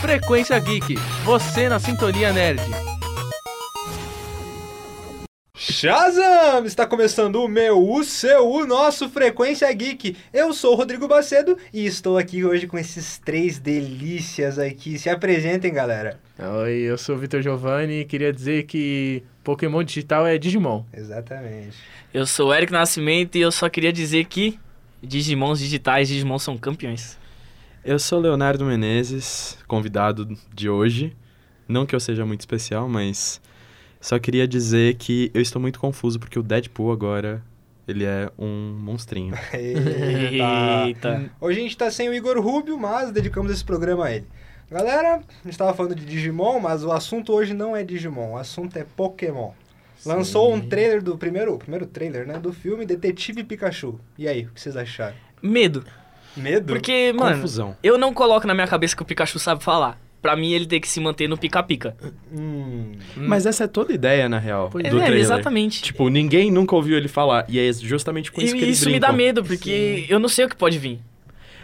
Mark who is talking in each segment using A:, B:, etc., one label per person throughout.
A: Frequência Geek, você na sintonia nerd.
B: Shazam! Está começando o meu, o seu, o nosso Frequência Geek. Eu sou o Rodrigo Bacedo e estou aqui hoje com esses três delícias aqui. Se apresentem, galera.
C: Oi, eu sou o Vitor Giovanni e queria dizer que Pokémon Digital é Digimon.
B: Exatamente.
D: Eu sou o Eric Nascimento e eu só queria dizer que Digimons digitais, Digimon são campeões.
E: Eu sou Leonardo Menezes, convidado de hoje. Não que eu seja muito especial, mas só queria dizer que eu estou muito confuso porque o Deadpool agora ele é um monstrinho.
B: É Eita. Hoje a gente tá sem o Igor Rubio, mas dedicamos esse programa a ele. Galera, a gente tava falando de Digimon, mas o assunto hoje não é Digimon, o assunto é Pokémon. Lançou um trailer do primeiro, o primeiro trailer, né, do filme Detetive Pikachu. E aí, o que vocês acharam?
D: Medo.
B: Medo?
D: Porque, mano,
E: Confusão.
D: eu não coloco na minha cabeça que o Pikachu sabe falar. Pra mim, ele tem que se manter no pica-pica.
B: Hum,
E: Mas essa é toda a ideia, na real, do
D: É,
E: trailer.
D: exatamente.
E: Tipo, ninguém nunca ouviu ele falar. E é justamente com isso que
D: e
E: eles
D: isso me dá
E: brincam.
D: medo, porque eu não sei o que pode vir.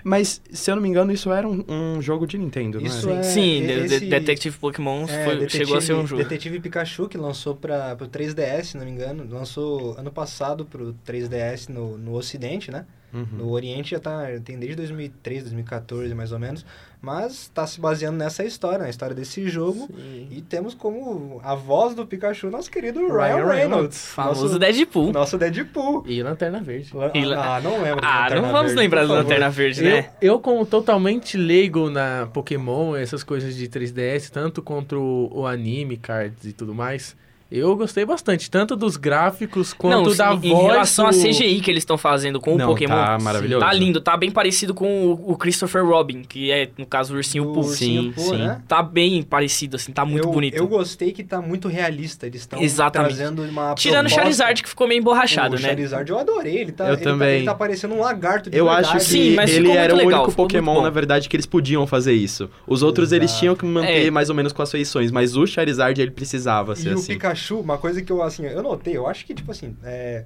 E: Mas, se eu não me engano, isso era um, um jogo de Nintendo,
B: Isso
E: não
B: É,
E: era?
D: Sim,
B: e-
D: de- de-
B: esse-
D: Detective Pokémon
B: é,
D: foi- chegou a ser um jogo.
B: Detetive Pikachu, que lançou para pro 3DS, se não me engano, lançou ano passado pro 3DS no, no ocidente, né?
E: Uhum.
B: No Oriente já tá, tem desde 2003, 2014 mais ou menos, mas tá se baseando nessa história, na história desse jogo. E temos como a voz do Pikachu nosso querido Ryan,
C: Ryan
B: Reynolds.
D: Famoso
B: nosso,
D: Deadpool.
B: nosso Deadpool.
C: E Lanterna Verde.
D: E la-
B: Ah, não lembro. do
D: Ah,
B: Lanterna
D: não vamos
B: Verde,
D: lembrar
B: por
D: do
B: favor.
D: Lanterna Verde, né?
C: Eu, eu como totalmente leigo na Pokémon, essas coisas de 3DS, tanto contra o, o anime, cards e tudo mais, eu gostei bastante, tanto dos gráficos
D: não,
C: quanto da
D: em, em
C: voz
D: relação à
C: do-
D: CGI que eles estão fazendo com
E: Não,
D: o Pokémon,
E: tá maravilhoso.
D: tá lindo, tá bem parecido com o, o Christopher Robin, que é, no caso, o ursinho
B: Do
D: Pooh.
B: ursinho
E: Sim,
B: Pooh,
E: sim.
B: né?
D: Tá bem parecido, assim, tá muito
B: eu,
D: bonito.
B: Eu gostei que tá muito realista. Eles estão
D: Exatamente.
B: trazendo uma.
D: Tirando o
B: proposta.
D: Charizard, que ficou meio emborrachado,
B: o
D: né?
B: Charizard eu adorei. Ele tá,
E: Eu
B: ele Tá,
E: também.
B: ele tá parecendo um lagarto de
E: Eu
B: verdade.
E: acho que
D: Sim, mas
E: ele
D: ficou
E: era o
D: muito legal,
E: único
D: ficou muito
E: Pokémon,
D: bom.
E: na verdade, que eles podiam fazer isso. Os outros, eles
B: Exato.
E: tinham que manter
D: É.
E: mais ou menos com as feições, mas o Charizard, ele precisava
B: E
E: ser
B: o
E: assim.
B: Pikachu, uma coisa que eu, assim, eu notei, eu acho que, tipo assim, é,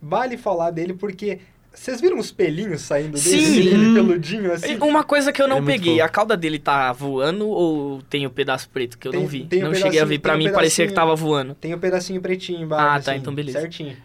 B: vale falar dele porque... Vocês viram os pelinhos saindo dele?
D: Sim.
B: Ele peludinho, assim?
D: Uma coisa que eu não
E: É muito
D: peguei,
E: fofo.
D: a cauda dele tá voando ou tem o pedaço preto que eu
B: Tem-
D: não vi?
B: tem o
D: não cheguei a
B: pedacinho-
D: ver, pra
B: tem o
D: mim parecia que
B: pedacinho-
D: tava voando.
B: Tem o pedacinho pretinho embaixo,
D: Ah, tá,
B: assim,
D: então beleza.
B: Certinho.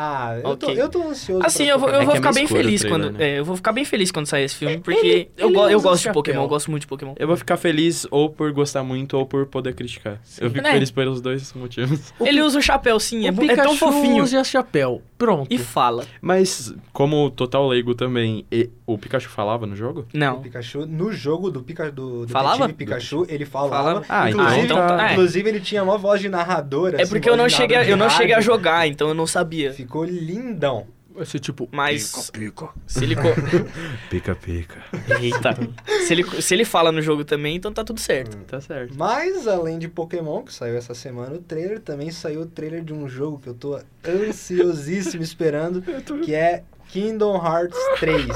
B: Ah, eu, tô,
D: Ok.
B: eu tô ansioso
D: Assim,
B: pra
D: eu vou, eu
E: É que
D: vou
E: é
D: ficar
E: meio
D: bem
E: escuro o
D: feliz
E: trailer,
D: quando.
E: né?
D: é, eu vou ficar bem feliz quando sair esse filme, porque
C: ele
D: eu, go-
C: usa
D: eu
C: esse
D: gosto de
C: chapéu.
D: Pokémon, eu gosto muito de Pokémon.
E: Eu vou ficar feliz ou por gostar muito ou por poder criticar. Eu fico
D: Né?
E: feliz pelos dois motivos.
C: O
D: ele
C: Pi-
D: usa o chapéu, sim, é,
C: o
D: bo- é
C: Pikachu
D: tão fofinho.
C: usa chapéu. Pronto.
D: E fala.
E: Mas, como total leigo também, e- o Pikachu falava no jogo?
B: O
D: Não.
B: Pikachu, no jogo do, Pika, do Detetive
D: Falava?
B: Pikachu, ele falava.
D: Falava?
E: Ah, então
B: inclusive,
D: tá.
B: inclusive, ele tinha uma voz de narrador,
D: É
B: assim,
D: porque eu
B: voz
D: não
B: de
D: cheguei, a-
B: narrador
D: eu não
B: de
D: cheguei a
B: rádio.
D: jogar, então eu não sabia.
B: Ficou lindão.
C: Esse tipo...
D: Mas
C: Pica, pica.
D: se ele co-
E: Pica, pica.
D: Eita. se ele se ele fala no jogo também, então tá tudo certo.
B: Hum.
E: Tá certo.
B: Mas, além de Pokémon, que saiu essa semana, o trailer também saiu o trailer de um jogo que eu tô ansiosíssimo esperando, que é Kingdom Hearts 3.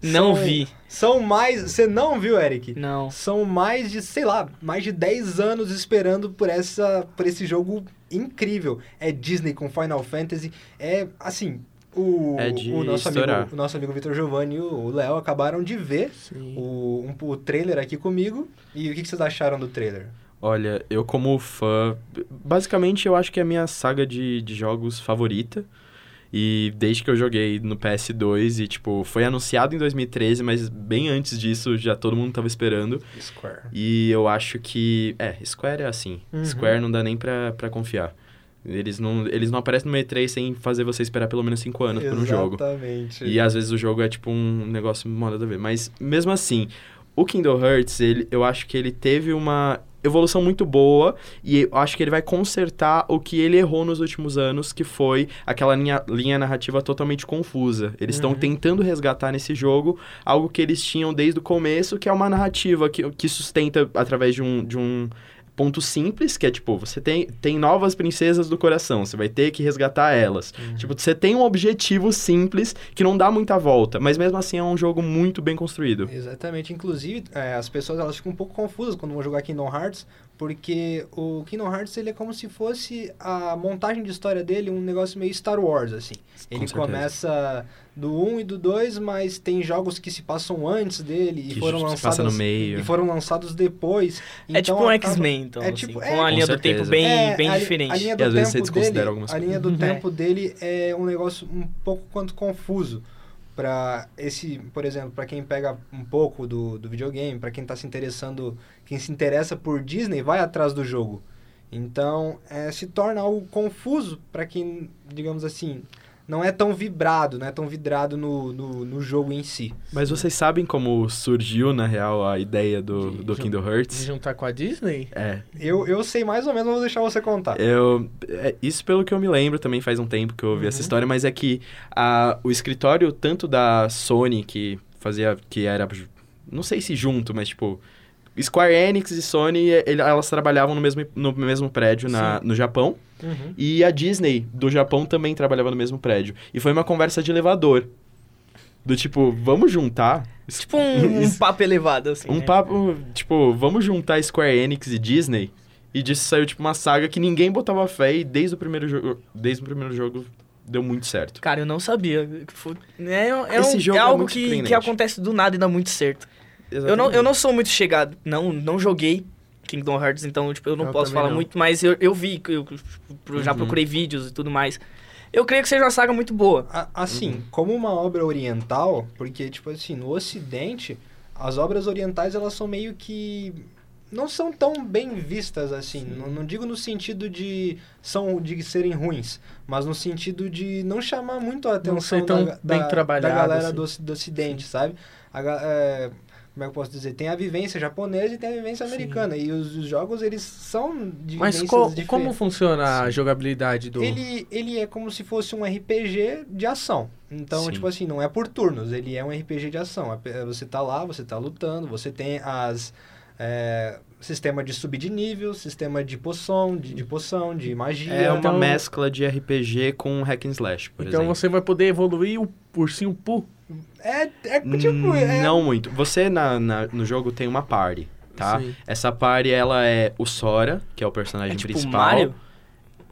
D: Não
B: São-
D: vi.
B: São mais... Você não viu, Eric?
D: Não.
B: São mais de, sei lá, mais de 10 anos esperando por, essa, por esse jogo incrível. É Disney com Final Fantasy. É, assim, o,
E: É de
B: o nosso amigo,
E: estourar.
B: o nosso amigo Vitor Giovanni e o Léo acabaram de ver
C: Sim.
B: o, um- o trailer aqui comigo. E o que, que vocês acharam do trailer?
E: Olha, eu como fã, basicamente eu acho que é a minha saga de, de jogos favorita. E desde que eu joguei no PS2 e tipo, foi anunciado em 2013, mas bem antes disso já todo mundo tava esperando.
B: Square.
E: E eu acho que, é, Square é assim.
B: Uhum.
E: Square não dá nem pra, pra confiar. Eles não, eles não aparecem no E3 sem fazer você esperar pelo menos 5 anos por um jogo.
B: Exatamente.
E: E às vezes o jogo é tipo um negócio moda da ver. Mas mesmo assim, o Kingdom Hearts, ele, eu acho que ele teve uma evolução muito boa e eu acho que ele vai consertar o que ele errou nos últimos anos, que foi aquela linha, linha narrativa totalmente confusa. Eles estão tentando resgatar nesse jogo algo que eles tinham desde o começo, que é uma narrativa que, que sustenta através de um, de um ponto simples, que é tipo, você tem, tem novas princesas do coração, você vai ter que resgatar elas. Tipo, você tem um objetivo simples que não dá muita volta, mas mesmo assim é um jogo muito bem construído.
B: Exatamente. Inclusive, é, as pessoas elas ficam um pouco confusas quando vão jogar Kingdom Hearts, Porque o Kingdom Hearts ele é como se fosse a montagem de história dele um negócio meio Star Wars, assim.
E: Com
B: ele
E: certeza.
B: começa do 1 e do 2, mas tem jogos que se passam antes dele e
E: Que
B: foram
E: se passa
B: lançados
E: no meio.
B: e foram lançados depois.
D: é
B: Então,
D: tipo um
B: acaba-
D: X-Men, então.
B: é
D: assim,
B: tipo-
D: com
B: é,
D: uma
B: com
D: linha do
E: certeza.
D: tempo bem,
B: É,
D: bem
B: a-
D: diferente. Uhum.
B: A linha do
E: E às vezes você
B: tempo
E: desconsidera
B: dele,
E: algumas
B: a linha do
D: coisas.
B: tempo dele é um negócio um pouco quanto confuso para esse, por exemplo, para quem pega um pouco do, do videogame, para quem tá se interessando, quem se interessa por Disney, vai atrás do jogo. Então, é, se torna algo confuso para quem, digamos assim, não é tão vibrado, não é tão vidrado no, no, no jogo em si.
E: Mas vocês sabem como surgiu, na real, a ideia do,
C: De-
E: do
C: de-
E: Kingdom
C: Se
E: Hearts?
C: juntar com a Disney?
E: É,
B: Eu, eu sei mais ou menos, vou deixar você contar.
E: eu, é, isso pelo que eu me lembro, também faz um tempo que eu ouvi essa história, mas é que a, o escritório tanto da Sony, que fazia, que era, ju- não sei se junto, mas tipo, Square Enix e Sony, ele- elas trabalhavam no mesmo, no mesmo prédio na, no Japão,
B: Uhum.
E: E a Disney do Japão também trabalhava no mesmo prédio. E foi uma conversa de elevador. Do tipo, vamos juntar.
D: Tipo um, um papo elevado, assim.
E: Um
D: né?
E: papo. Tipo, vamos juntar Square Enix e Disney. E disso saiu, tipo, uma saga que ninguém botava fé e desde o primeiro jogo. Desde o primeiro jogo deu muito certo.
D: Cara, eu não sabia. Foi- É, um- é
E: Esse
D: um-
E: jogo
D: é
E: é
D: algo
E: muito
D: que,
E: surpreendente.
D: que acontece do nada e dá muito certo. Eu não, eu não sou muito chegado. Não, não joguei Kingdom Hearts, então tipo, eu não
C: Eu
D: posso
C: também
D: falar
C: não.
D: muito, mas eu, eu vi, eu, eu já
E: Uhum.
D: procurei vídeos e tudo mais. Eu creio que seja uma saga muito boa.
B: A- Assim,
C: Uhum.
B: como uma obra oriental, porque, tipo assim, no Ocidente, as obras orientais, elas são meio que... Não são tão bem vistas, assim. Não, não digo no sentido de, são, de serem ruins, mas no sentido de não chamar muito a atenção
C: ser tão
B: da,
C: bem
B: da, da
C: trabalhado,
B: galera
C: assim.
B: do, oci- do Ocidente, sabe? A ga- é, como é que eu posso dizer? Tem a vivência japonesa e tem a vivência americana. E os, os jogos, eles são de
C: Mas
B: vivências
C: co-
B: diferentes.
C: como funciona a jogabilidade do...
B: Ele, ele é como se fosse um RPG de ação. Então,
E: Sim.
B: tipo assim, não é por turnos, ele é um RPG de ação. É pe- é Você tá lá, você tá lutando, você tem as. é, sistema de subir de nível, sistema de poção, de, de poção, de magia.
E: É uma
C: Então-
E: mescla de RPG com hack and slash, por
C: Então
E: exemplo.
C: você vai poder evoluir o ursinho Poo.
B: É, é tipo.
E: Hum,
B: é-
E: Não muito. Você na, na- no jogo tem uma party, tá?
C: Sim.
E: Essa party, ela é o Sora, que é o
D: É
E: personagem
D: tipo
E: principal.
D: Mario,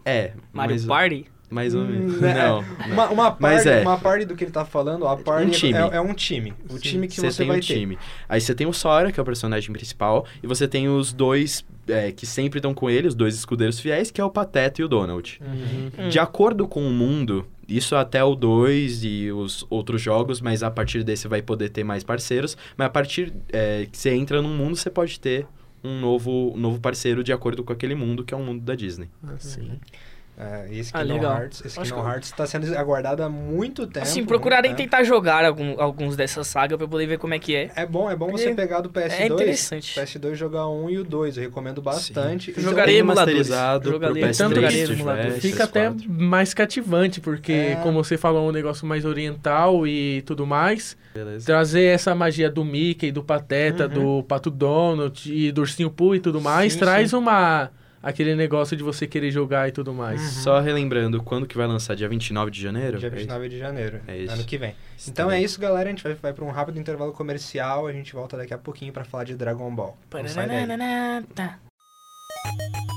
E: É.
D: Mario
E: mas-
D: Party.
E: Mais ou menos.
B: Hum, é.
E: Não.
B: Uma, uma, parte,
E: Mas é.
B: uma parte do que ele tá falando, a parte
E: time.
B: É, é um time. O time que você,
E: tem
B: vai
E: um time. Aí você tem o Sora, que é o personagem principal, e você tem os dois é, que sempre estão com ele, os dois escudeiros fiéis, que é o Pateta e o Donald.
B: Uhum.
D: Hum.
E: De acordo com o mundo, isso até o 2 e os outros jogos, mas a partir desse vai poder ter mais parceiros. Mas a partir é, que você entra num mundo, você pode ter um novo, um novo parceiro de acordo com aquele mundo, que é o mundo da Disney.
B: Ah,
C: Sim.
B: ter. É, esse
D: Ah,
B: Kingdom
D: legal.
B: Hearts, esse
D: Acho
B: Kingdom
D: que eu-
B: Hearts tá sendo aguardado há muito tempo. né?
D: assim,
B: muito
D: procurarei
B: tempo.
D: tentar jogar algum- alguns dessa saga pra eu poder ver como é que é.
B: É bom, é bom você
D: É-
B: pegar do PS2.
D: é interessante.
B: PS2 jogar um 1 e o 2, eu recomendo bastante.
D: Sim.
B: E
D: Jogarei
B: também-
E: Tem
D: emuladores.
E: masterizado pro
D: Jogarei-
E: PS3,
C: Tanto que
E: se
D: emuladores.
E: tiver,
C: Fica até
E: PS4.
C: mais cativante, porque,
B: É.
C: como você falou, um negócio mais oriental e tudo mais.
E: Beleza.
C: Trazer essa magia do Mickey, do Pateta, do Pato Donald e do Ursinho Poo e tudo mais,
B: Uhum. Sim,
C: traz uma... Aquele negócio de você querer jogar e tudo mais.
E: Só relembrando, quando que vai lançar? Dia 29 de janeiro?
B: Dia
E: É isso?
B: 29 de janeiro,
E: É isso.
B: ano que vem. Então é isso, galera. A gente vai, vai para um rápido intervalo comercial. A gente volta daqui a pouquinho pra falar de Dragon Ball. Não sai daí.
D: Parananana.
B: Uhum.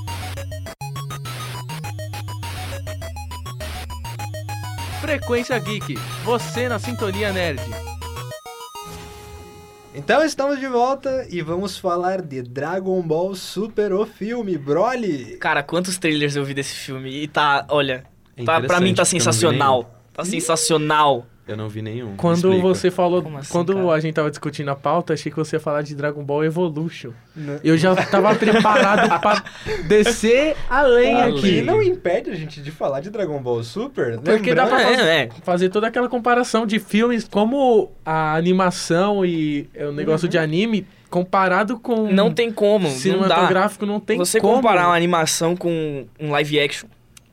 A: Frequência Geek, você na sintonia nerd.
B: Então estamos de volta e vamos falar de Dragon Ball Super, o filme, Broly.
D: Cara, quantos trailers eu vi desse filme e tá, olha,
E: É
D: tá, pra mim tá
E: interessante, porque eu não vi
D: sensacional. Tá sensacional.
E: nenhum. Eu não vi nenhum.
C: Quando
E: Explica.
C: você falou,
D: Como assim,
C: quando
D: cara?
C: a gente tava discutindo a pauta, achei que você ia falar de Dragon Ball Evolution.
B: N-
C: Eu já tava preparado pra descer além
B: O que
C: aqui. né?
B: não impede a gente de falar de Dragon Ball Super,
C: Porque dá
B: lembrando-
C: pra
D: É,
C: fazer,
D: é.
C: fazer toda aquela comparação de filmes, como a animação e é, o negócio de anime, comparado com
D: Uhum. Não tem como, não dá.
C: cinematográfico, não, tem
D: Você
C: como.
D: comparar uma animação com um live action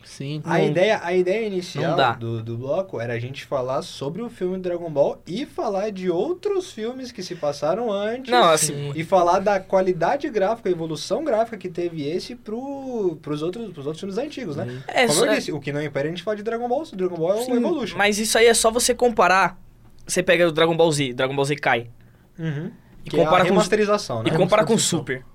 C: Sim.
B: A
D: Não-
B: ideia, a ideia
D: É. não dá.
B: inicial do, do bloco era a gente falar sobre o filme Dragon Ball e falar de outros filmes que se passaram antes.
D: Não, assim,
B: E falar da qualidade gráfica, a evolução gráfica que teve esse pro, pros, outros, pros outros filmes antigos, né?
D: é
B: Como
D: só-
B: eu disse, o que não impede é a gente falar de Dragon Ball, o Dragon Ball é o
D: sim,
B: Evolution.
D: Mas isso aí é só você comparar. Você pega o Dragon Ball Z, Dragon Ball Z cai.
B: Uhum.
D: E
B: Que é a
D: compara com
B: remasterização,
D: e
B: né?
D: compara com o
C: Remasterização.
D: Super.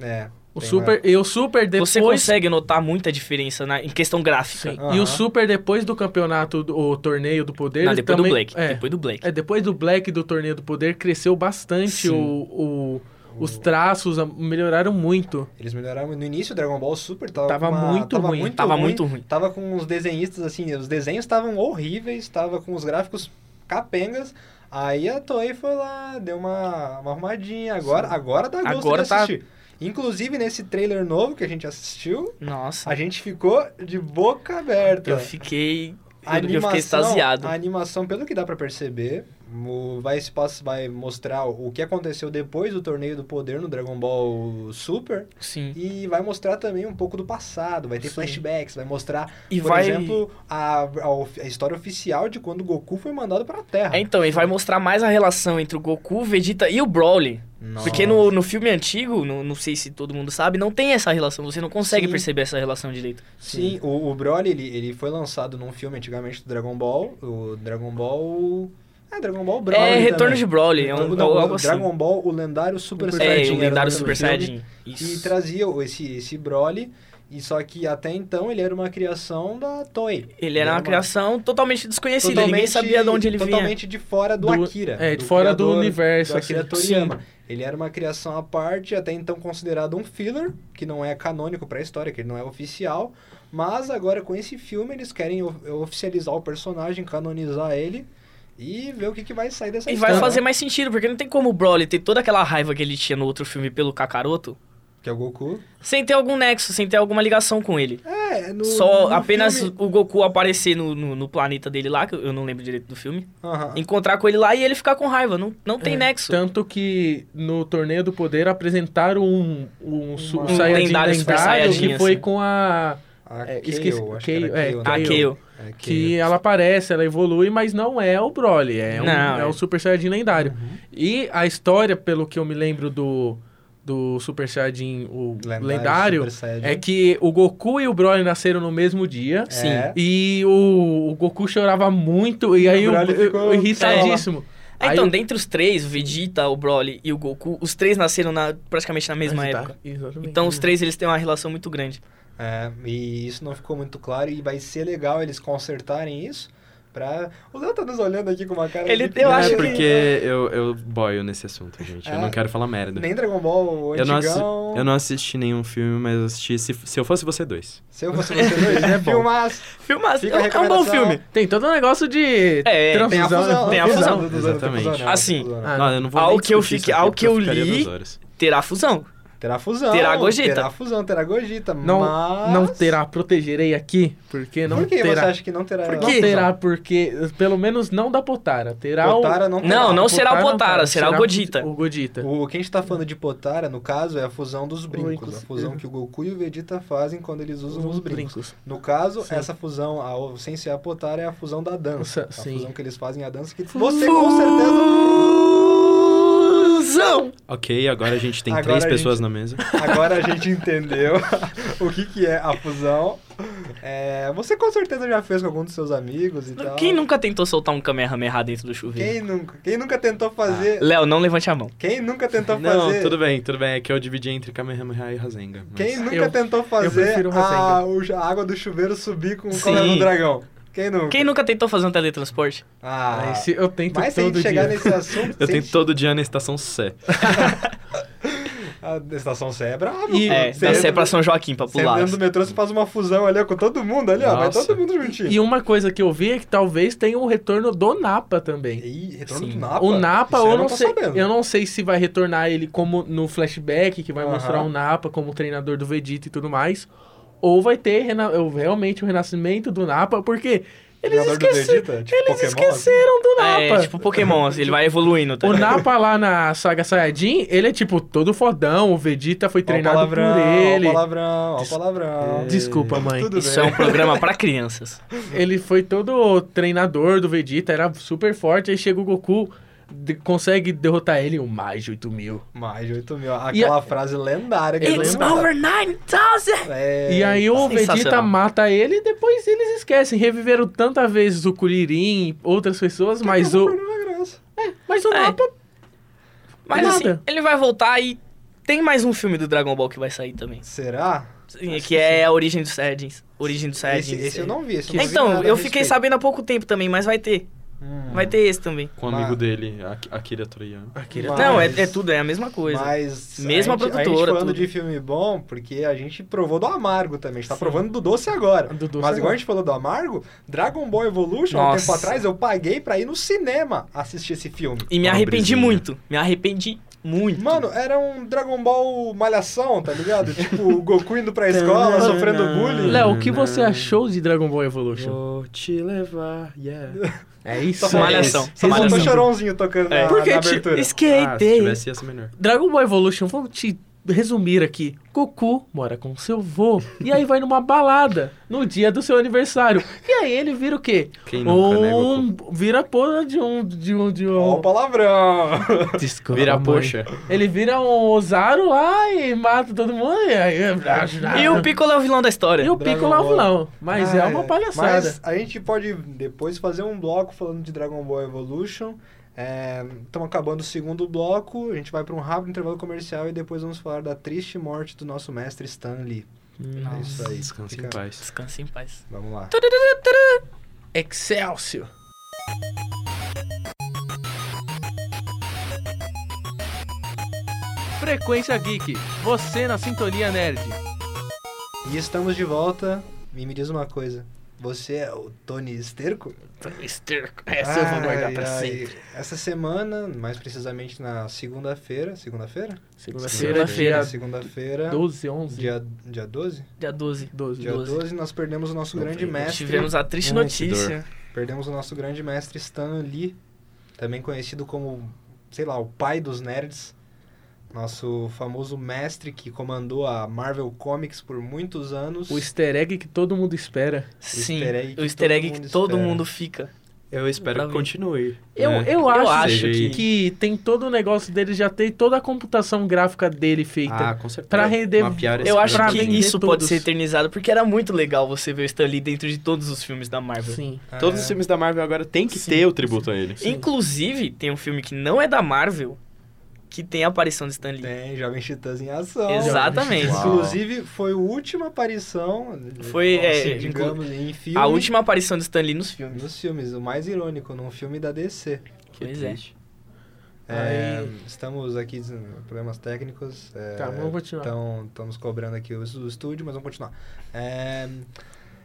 B: É.
C: O
B: Tem
C: Super, e o Super depois...
D: Você consegue notar muita diferença na, em questão gráfica.
C: Sim.
B: Aham.
C: E o Super depois do campeonato, do, o torneio do poder...
D: Não, depois do
C: também-
D: Blake.
C: É,
D: Depois do Blake.
C: é, depois do Black e do torneio do poder, cresceu
D: Sim.
C: bastante o, o- os traços, a- melhoraram muito.
B: Eles melhoraram. No início, o Dragon Ball Super tava,
C: Tava
B: com uma-
C: muito
B: tava
C: ruim,
B: Muito
D: Tava
B: ruim,
D: muito ruim.
B: Tava com os desenhistas, assim, os desenhos estavam horríveis, tava com os gráficos capengas. Aí a Toei foi lá, deu uma, uma arrumadinha. Agora, agora dá gosto
D: Agora
B: de
D: tá-
B: assistir. Inclusive, nesse trailer novo que a gente assistiu,
D: Nossa.
B: a gente ficou de boca aberta.
D: Eu fiquei.
B: A
D: eu fiquei extasiado.
B: A animação, pelo que dá pra perceber, o- vai, se passa- vai mostrar o que aconteceu depois do Torneio do Poder no Dragon Ball Super.
D: Sim.
B: E vai mostrar também um pouco do passado, vai ter
D: Sim.
B: flashbacks, vai mostrar,
D: E
B: por
D: vai.
B: exemplo, a, a of- a história oficial de quando Goku foi mandado pra Terra.
D: É, então, e vai mostrar mais a relação entre o Goku, o Vegeta e o Broly.
B: Nossa.
D: Porque no, no filme antigo, no- não sei se todo mundo sabe, não tem essa relação. Você não consegue
B: Sim.
D: perceber essa relação direito.
B: Sim, o, o Broly, ele, ele foi lançado num filme antigamente do Dragon Ball, o Dragon Ball... É, Dragon Ball Broly
D: é
B: também.
D: Retorno de Broly, é um,
B: Não, não,
D: algo assim.
B: Dragon Ball, o lendário Super
C: Super
D: é,
B: Saiyajin.
D: o
B: era nome
D: lendário
B: do
D: Super
B: filme.
D: Saiyajin.
B: E
D: Isso.
B: trazia o- esse, esse Broly, e só que até então ele era uma criação da Toei.
D: Ele era uma criação totalmente desconhecida, ninguém
B: Totalmente-
D: sabia de onde ele vinha.
B: Totalmente de fora do,
C: Do-
B: Akira.
C: é, fora do
B: criador,
C: universo,
B: Do Akira
C: assim.
B: Toriyama. Ele era uma criação à parte, até então considerado um filler, que não é canônico pra história, que ele não é oficial. Mas agora com esse filme eles querem o- oficializar o personagem, canonizar ele e ver o que, que vai sair dessa
D: E
B: história.
D: vai fazer mais sentido, porque não tem como o Broly ter toda aquela raiva que ele tinha no outro filme pelo Kakaroto
B: Que é o Goku.
D: sem ter algum nexo, sem ter alguma ligação com ele.
B: É, no,
D: Só
B: no
D: apenas
B: filme-
D: o Goku aparecer no, no, no planeta dele lá, que eu eu não lembro direito do filme,
B: Aham.
D: encontrar com ele lá e ele ficar com raiva. Não, não tem
C: É,
B: então,
D: nexo.
C: Tanto que no Torneio do Poder apresentaram um, um, su-
B: Um
C: Saiyajin
D: lendário
C: lendário,
D: Super Saiyajin,
C: que foi
D: assim.
C: com a...
B: A
C: É,
B: Kayle,
C: esqueci,
B: acho que era
C: Kayle, é,
B: Kayle,
D: A
B: né?
D: Kale.
B: É,
C: Que ela aparece, ela evolui, mas não é o Broly. É, um-
D: Não,
C: é
D: é.
C: o Super Saiyajin lendário.
B: Uhum.
C: E a história, pelo que eu me lembro do, do Super Saiyajin o lendário,
B: Super Saiyajin.
C: é que o Goku e o Broly nasceram no mesmo dia.
B: Sim. É.
C: E o, o Goku chorava muito, e aí o,
B: Broly
C: eu- eu
B: ficou
C: irritadíssimo.
D: Ah, então, dentre os três, o Vegeta, o Broly e o Goku, os três nasceram na, praticamente na mesma
B: tá,
D: época. Então, os três eles têm uma relação muito grande.
B: É, e isso não ficou muito claro e vai ser legal eles consertarem isso pra... O Léo tá nos olhando aqui com uma cara...
D: Ele-
B: de-
D: eu
E: é
D: acho que-
E: porque eu, eu boio nesse assunto, gente.
B: É.
E: Eu não quero falar merda.
B: Nem um. Dragon Ball
E: Eu não, assi-
B: antigão...
E: eu não assisti nenhum filme, mas eu assisti Se, se Eu Fosse Você Dois.
B: Se eu fosse você dois, é
C: bom.
B: filmaço.
D: Filmaço.
B: Fica a
D: É, um bom
B: recomendação.
D: filme.
C: Tem todo um negócio de
D: É, é,
B: Tem a
C: transfusão. né?
B: fusão.
D: Tem a
B: fusão
D: fusão.
B: dos anos, tem a fusão, né?
E: Exatamente.
B: tem a
D: Assim,
B: fusão.
C: Ah,
E: não, eu não vou
D: ao
E: nem
D: que eu
E: discutir
D: fiquei-
E: isso
D: ao
E: aqui,
D: que
E: porque
D: eu
E: ficaria
D: li-
E: duas horas.
D: Terá fusão.
B: Terá fusão.
D: Terá gogeta.
B: Terá fusão, terá gogeta,
C: Não,
B: mas...
C: não terá, protegerei aqui, porque não
B: Por que
C: terá.
B: você acha que não terá?
D: Por
C: Não
D: quê?
C: terá, porque, pelo menos não da Potara. Terá o-
B: Potara não terá.
D: Não, não será o
C: não
D: Potara,
C: terá,
D: será o Godita.
C: O Godita.
B: O que a gente tá falando de Potara, no caso, é a fusão dos brincos. A
C: inclusive.
B: fusão que o Goku e o Vegeta fazem quando eles usam os
C: Os
B: brincos.
C: brincos.
B: No caso,
C: Sim.
B: essa fusão, a, o- sem ser a Potara, é a fusão da dança.
C: Nossa,
B: a
C: sim.
B: fusão que eles fazem a dança que você com certeza.
D: Fusão!
E: Ok, agora a gente tem
B: Agora
E: três
B: a gente-
E: pessoas na mesa.
B: Agora a gente entendeu o que, que é a fusão. É, você com certeza já fez com algum dos seus amigos e tal.
D: Quem nunca tentou soltar um Kamehameha dentro do chuveiro?
B: Quem nunca? Quem nunca tentou fazer?
D: Léo, não levante a mão.
B: Quem nunca tentou
E: Não,
B: Então fazer?
E: tudo bem, tudo bem. É que eu dividi entre Kamehameha e Rasenga. mas-
B: Quem nunca
C: Eu-
B: tentou fazer
C: prefiro
B: a,
C: Rasengan.
B: o- a água do chuveiro subir com o
D: Sim.
B: colar do dragão? Quem nunca?
D: Quem nunca tentou fazer um teletransporte?
B: Ah,
C: Aí se- eu tento
B: mas se a
C: todo
B: gente
C: dia.
B: chegar nesse assunto,
E: Eu
B: se a
E: tenho
B: gente-
E: todo dia na estação C.
B: A estação C é brava.
C: E-
B: pô.
D: É,
B: Você
D: da
B: entra-
D: Sé pra São Joaquim, pra
B: Você é
D: pular.
B: andando no metrô, você faz uma fusão ali, ó, com todo mundo ali, ó. Vai
E: Nossa.
B: todo mundo juntinho.
C: E uma coisa que eu vi é que talvez tenha um retorno do Napa também.
B: Ih, retorno
D: Sim.
B: do Napa.
C: O Napa,
B: Isso
C: eu
B: eu
C: não
B: tô
C: sei.
B: sabendo.
C: Eu não sei se vai retornar ele como no flashback, que vai
B: Aham.
C: mostrar o Napa como treinador do Vegeta e tudo mais. Ou vai ter rena- eu- realmente o renascimento do Napa, porque eles,
B: Jogador do
C: esquece-
B: Vegeta, tipo
C: eles
B: Pokémon,
C: esqueceram do Napa.
D: É, tipo Pokémon, assim, ele vai evoluindo, tá
C: O
D: ligado?
C: Napa lá na saga Saiyajin, ele é tipo todo fodão, o Vegeta foi
B: Ó o
C: treinado
B: palavrão,
C: por ele.
B: Ó o palavrão, ó o palavrão.
C: Desculpa, mãe.
B: Tudo
D: Isso é
B: bem.
D: um programa pra crianças.
C: Ele foi todo treinador do Vegeta, era super forte, aí chega o Goku, de- consegue derrotar ele em mais de 8 mil.
B: Mais de 8 mil.
C: E
B: Aquela
C: a-
B: frase lendária que
D: It's
B: lembra.
D: over 9000!
B: É...
C: E aí o
D: sensacional.
C: Vegeta mata ele e depois eles esquecem. Reviveram tantas vezes o Kuririn, outras pessoas, mas
B: acabou
C: o,
B: perdendo a graça.
C: mas o
D: É.
C: Napa
D: Mas assim,
C: Nada.
D: ele vai voltar e Tem mais um filme do Dragon Ball que vai sair também.
B: Será?
D: Sim, que, que é a Origem dos Saiyajins. Origem dos Saiyajins.
B: Esse, esse eu não vi. Esse
D: que... eu não vi então, eu fiquei sabendo há pouco tempo também, mas vai ter. Hum. Vai ter esse também.
E: Com o um
B: Ah.
E: amigo dele, Akira Toriyama.
D: Akira mas, Não, é, é, tudo, é a mesma coisa.
B: Mas
D: mesma
B: a gente,
D: produtora. A gente
B: falando
D: tudo.
B: de filme bom, porque a gente provou do amargo também. A gente tá Sim. provando do doce agora.
C: é
B: Do doce mas igual a gente falou do amargo, Dragon Ball Evolution, Nossa. um tempo atrás, eu paguei pra ir no cinema assistir esse filme.
D: E me Uma arrependi brisinha. muito. Me arrependi muito.
B: Mano, era um Dragon Ball malhação, tá ligado? tipo, o Goku indo pra escola, sofrendo bullying.
C: Léo, o que você achou de Dragon Ball Evolution?
E: Vou te levar, yeah.
C: É isso.
D: Só malhação.
B: Só malhação. chorãozinho tocando é. na, Porque na abertura.
D: Skate. Ah, se
E: tivesse ia ser melhor.
C: Dragon Ball Evolution, vamos te resumir aqui. Goku mora com seu vô e aí vai numa balada no dia do seu aniversário. E aí ele vira o quê?
E: Quem nunca, um, né,
C: vira porra de um de um de um.
B: Ó, oh, palavrão.
E: Desculpa, vira mãe. poxa.
C: Ele vira um Ozaru lá e mata todo mundo. E, aí...
D: e o Piccolo é o vilão da história.
C: E o Dragon Piccolo Ball. é o vilão, mas ah, é uma palhaçada. Mas
B: a gente pode depois fazer um bloco falando de Dragon Ball Evolution. Estamos é, acabando o segundo bloco, a gente vai para um rápido intervalo comercial e depois vamos falar da triste morte do nosso mestre Stanley.
E: Nossa. É isso aí.
D: Descanse
E: Fica... em paz.
D: Descanse em paz.
B: Vamos lá.
C: Excelsior!
A: Frequência Geek, você na sintonia nerd.
B: E estamos de volta. E me diz uma coisa, você é o Tony Esterco?
D: Tony um Esterco. Essa ai, eu vou guardar pra ai. sempre.
B: Essa semana, mais precisamente na segunda-feira. Segunda-feira?
C: Segunda-feira. Segunda-feira.
B: Segunda-feira.
C: 12, 11.
B: Dia, dia 12?
D: Dia 12.
C: 12.
B: Dia 12, 12 nós perdemos o nosso Não grande mestre.
D: Tivemos a triste notícia. Hum,
B: perdemos o nosso grande mestre Stan Lee, também conhecido como, sei lá, o pai dos nerds. Nosso famoso mestre que comandou a Marvel Comics por muitos anos.
C: O easter egg que todo mundo espera.
D: Sim, o easter egg que, easter egg todo, mundo que todo, mundo fica.
E: Eu espero que continue.
C: Eu, né? eu acho, eu acho que, que, tem todo o negócio dele, já tem toda a computação gráfica dele feita.
E: Ah, com certeza.
C: Pra render.
D: Mapear eu acho que isso todos. pode ser eternizado, porque era muito legal você ver o Stan Lee dentro de todos os filmes da Marvel.
C: Sim.
E: Ah, todos é. os filmes da Marvel agora tem que sim, ter o tributo sim, a ele.
D: Sim. Inclusive, tem um filme que não é da Marvel, que tem a aparição de Stan Lee.
B: Tem, Jovem Titãs em ação.
D: Exatamente.
B: Inclusive, foi a última aparição,
D: foi,
B: assim, é, digamos, em filme.
D: A última aparição de Stan Lee nos filmes.
B: Nos filmes, o mais irônico, num filme da DC.
D: Que pois é.
B: é. estamos aqui problemas técnicos. É,
C: tá, vamos continuar.
B: Então, estamos cobrando aqui o estúdio, mas vamos continuar. É...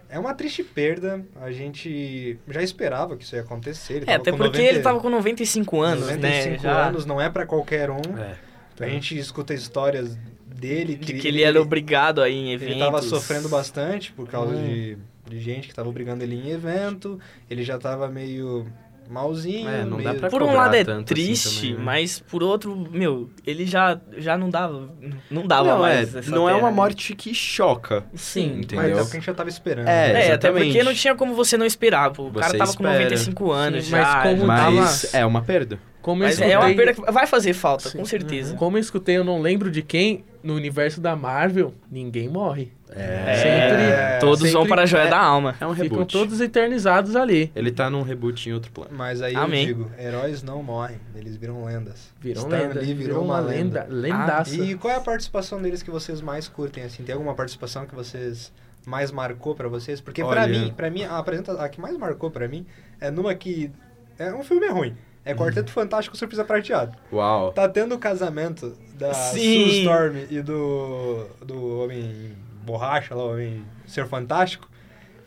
B: É uma triste perda. A gente já esperava que isso ia acontecer. Ele
D: é, até porque 90... ele tava com 95 anos,
B: 95
D: né?
B: 95 anos não é para qualquer um. É, então... A gente escuta histórias dele
D: que, de que ele, ele, era obrigado aí em eventos.
B: Ele tava sofrendo bastante por causa hum. de, de, gente que tava obrigando ele em evento. Ele já tava meio malzinho. É,
E: não
B: meio...
E: dá pra
D: por um lado é triste, assim também, né? mas por outro, meu, ele já, já não dava. Não dava
E: não,
D: mais.
E: É, não terra, é uma morte né? que choca.
D: Sim,
E: entendeu? Mas
B: é o que a gente já tava esperando.
D: É, né? é até porque não tinha como você não esperar. Pô. O você cara tava espera. com 95 anos Sim, já.
E: Mas, como
D: tá
E: mas tava... é uma perda.
D: Como mas escutei... é uma perda que vai fazer falta, Sim. com certeza. Uhum.
C: Como eu escutei, eu não lembro de quem, no universo da Marvel, ninguém morre.
D: É. Sempre, é. todos sempre vão para a joia é, da alma.
E: É um reboot.
C: Ficam todos eternizados ali.
E: Ele tá num reboot em outro plano.
B: Mas aí Amém. eu digo, heróis não morrem, eles viram lendas.
C: Viram Stan lenda, Lee virou, virou uma, uma lenda. lenda. Lendaça.
B: Ah, e qual é a participação deles que vocês mais curtem assim? Tem alguma participação que vocês mais marcou para vocês? Porque para mim, para mim a apresenta a que mais marcou para mim é numa que é um filme ruim. É Quarteto hum. Fantástico Surpresa Prateada.
E: Uau.
B: Tá tendo o casamento da Sim. Sue Storm e do, do Homem Borracha, lá, o Homem Ser Fantástico.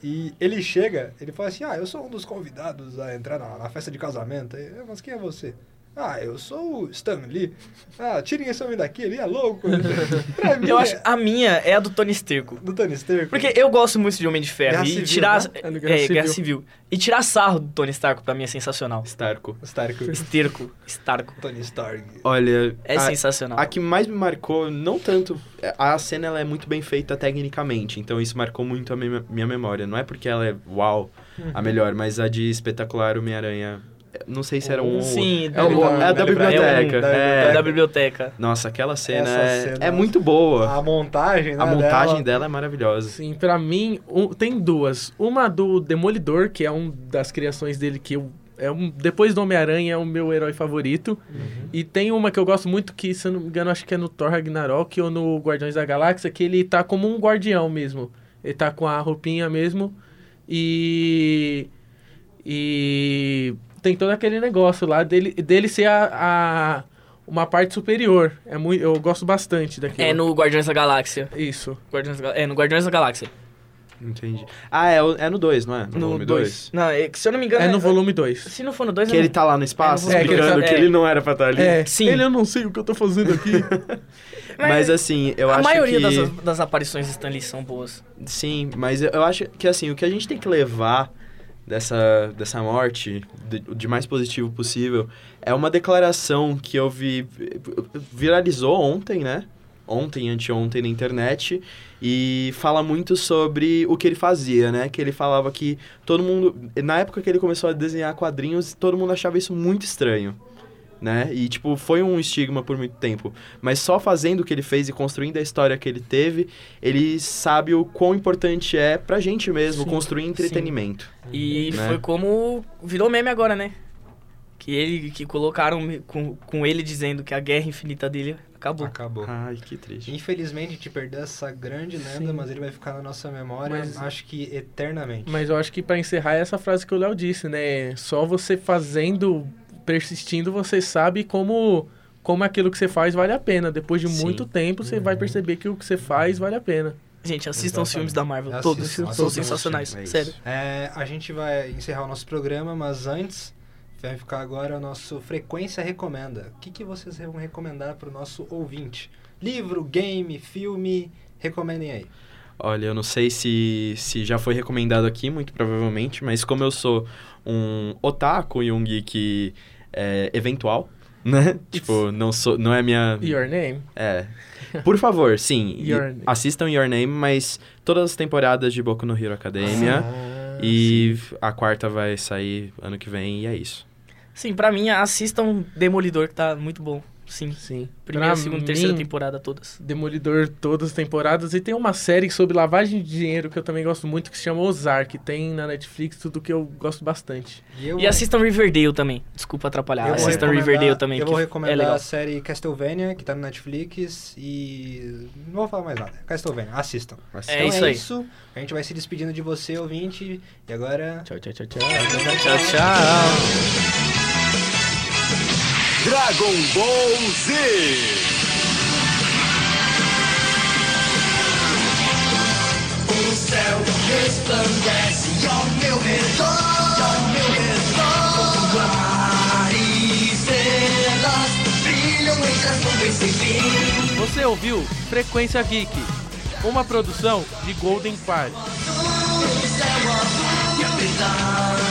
B: E ele chega, ele fala assim: Ah, eu sou um dos convidados a entrar na, na festa de casamento. Eu, Mas quem é você? Ah, eu sou o Stan Lee. Ah, tirem esse homem daqui, ele é louco.
D: pra mim, eu acho a minha é a do Tony Sterco.
B: Do Tony Sterco.
D: Porque eu gosto muito de Homem de Ferro. Guerra e civil, tirar. Né? É, Guerra,
C: civil.
D: Guerra, Civil. E tirar sarro do Tony Stark pra mim é sensacional.
E: Starco.
B: Starco.
D: Esterco. Starco.
B: Tony Stark.
E: Olha.
D: É
E: a,
D: sensacional.
E: A que mais me marcou, não tanto. A cena ela é muito bem feita tecnicamente, então isso marcou muito a minha, minha memória. Não é porque ela é uau, uhum. a melhor, mas a de espetacular Homem-Aranha não sei se era um.
D: Sim,
E: é, o, é, da biblioteca.
D: É, um, é, é, da biblioteca.
E: Nossa, aquela cena, cena é, muito boa.
B: A montagem, né,
E: A montagem dela... dela é maravilhosa.
C: Sim, pra mim, um, tem duas. Uma do Demolidor, que é uma das um criações dele que eu é um, depois do Homem-Aranha, é o meu herói favorito.
B: Uhum.
C: E tem uma que eu gosto muito, que se eu não me engano, acho que é no Thor Ragnarok ou no Guardiões da Galáxia, que ele tá como um guardião mesmo. Ele tá com a roupinha mesmo e. E. Tem todo aquele negócio lá dele, dele ser a, a- uma parte superior. É muito, eu gosto bastante daquilo.
D: É no Guardiões da Galáxia.
C: Isso.
D: Guardiões da Gal- É no Guardiões da Galáxia.
E: Entendi. Ah, é, o- é no 2, não é? No, volume 2.
D: Não, é que se eu não me engano.
C: É no volume 2.
D: Se não for no 2,
E: Que ele tá lá no
D: É,
E: espaço
D: no volume
E: explicando
D: dois.
E: que
D: É.
E: ele não era pra estar ali.
C: É,
D: Sim.
C: Ele eu não sei o que eu tô fazendo aqui.
E: Mas assim, eu
D: a
E: acho
D: maioria
E: que...
D: das, das aparições de Stanley são boas.
E: Sim, mas eu- eu acho que assim, o que a gente tem que levar dessa, dessa morte, de, de mais positivo possível, é uma declaração que eu vi. viralizou ontem, né? Ontem, anteontem na internet, e fala muito sobre o que ele fazia, né? Que ele falava que todo mundo. Na época que ele começou a desenhar quadrinhos, todo mundo achava isso muito estranho. Né? E, tipo, foi um estigma por muito tempo. Mas só fazendo o que ele fez e construindo a história que ele teve, ele sabe o quão importante é pra gente mesmo
D: Sim,
E: construir entretenimento.
D: E
E: Né?
D: foi como virou meme agora, né? Que ele que colocaram me- com, com ele dizendo que a guerra infinita dele acabou.
B: Acabou.
E: Ai, que triste.
B: Infelizmente, te perdeu essa grande lenda,
C: Sim.
B: mas ele vai ficar na nossa memória,
C: Mas- Hum.
B: acho que eternamente.
C: Mas eu acho que pra encerrar é essa frase que o Léo disse, né? Só você fazendo, persistindo, você sabe como como aquilo que você faz vale a pena. Depois de
E: Sim.
C: muito tempo, você vai perceber que o que você faz vale a pena.
D: Gente, assistam os
B: Exatamente.
D: filmes da Marvel,
B: Assistam,
D: todos.
B: assistam,
D: são
B: assistam.
D: sensacionais,
E: É isso.
D: sério.
B: É, a gente vai encerrar o nosso programa, mas antes vai ficar agora o nosso Frequência Recomenda. O que, que vocês vão recomendar para o nosso ouvinte? Livro, game, filme, recomendem aí.
E: Olha, eu não sei se, se já foi recomendado aqui, muito provavelmente, mas como eu sou um otaku e um geek é, eventual, né? Tipo, não, sou, não é minha.
C: Your name?
E: É. Por favor, sim. e-
C: Your Name.
E: Assistam Your Name, mas todas as temporadas de Boku no Hero Academia.
C: Ah,
E: e a quarta vai sair ano que vem, e é isso.
D: Sim, pra mim, assistam Demolidor, que tá muito bom. Sim.
C: Sim.
D: Primeira,
C: Pra
D: segunda, terceira
C: mim,
D: temporada todas.
C: Demolidor todas as temporadas. E tem uma série sobre lavagem de dinheiro que eu também gosto muito, que se chama Ozark. Tem na Netflix tudo que eu gosto bastante.
B: eu
D: E
B: vou-
D: assistam Riverdale também. Desculpa atrapalhar.
B: eu vou
D: assistam
B: recomendar-
D: Riverdale também.
B: Eu vou
D: que
B: recomendar
D: é legal.
B: a série Castlevania, que tá no Netflix, e não vou falar mais nada. Castlevania, assistam.
D: É
B: então
D: isso
B: é
D: aí.
B: isso. A gente vai se despedindo de você, ouvinte, e agora
C: Tchau, tchau, tchau, tchau.
D: Tchau, tchau.
F: Dragon Ball Z.
G: O céu resplandece ao meu redor, ao meu redor. Mar e estrelas brilham entre as nuvens sem fim.
A: Você ouviu Frequência Geek, uma produção de Golden Party.
G: O céu azul e a brilhar.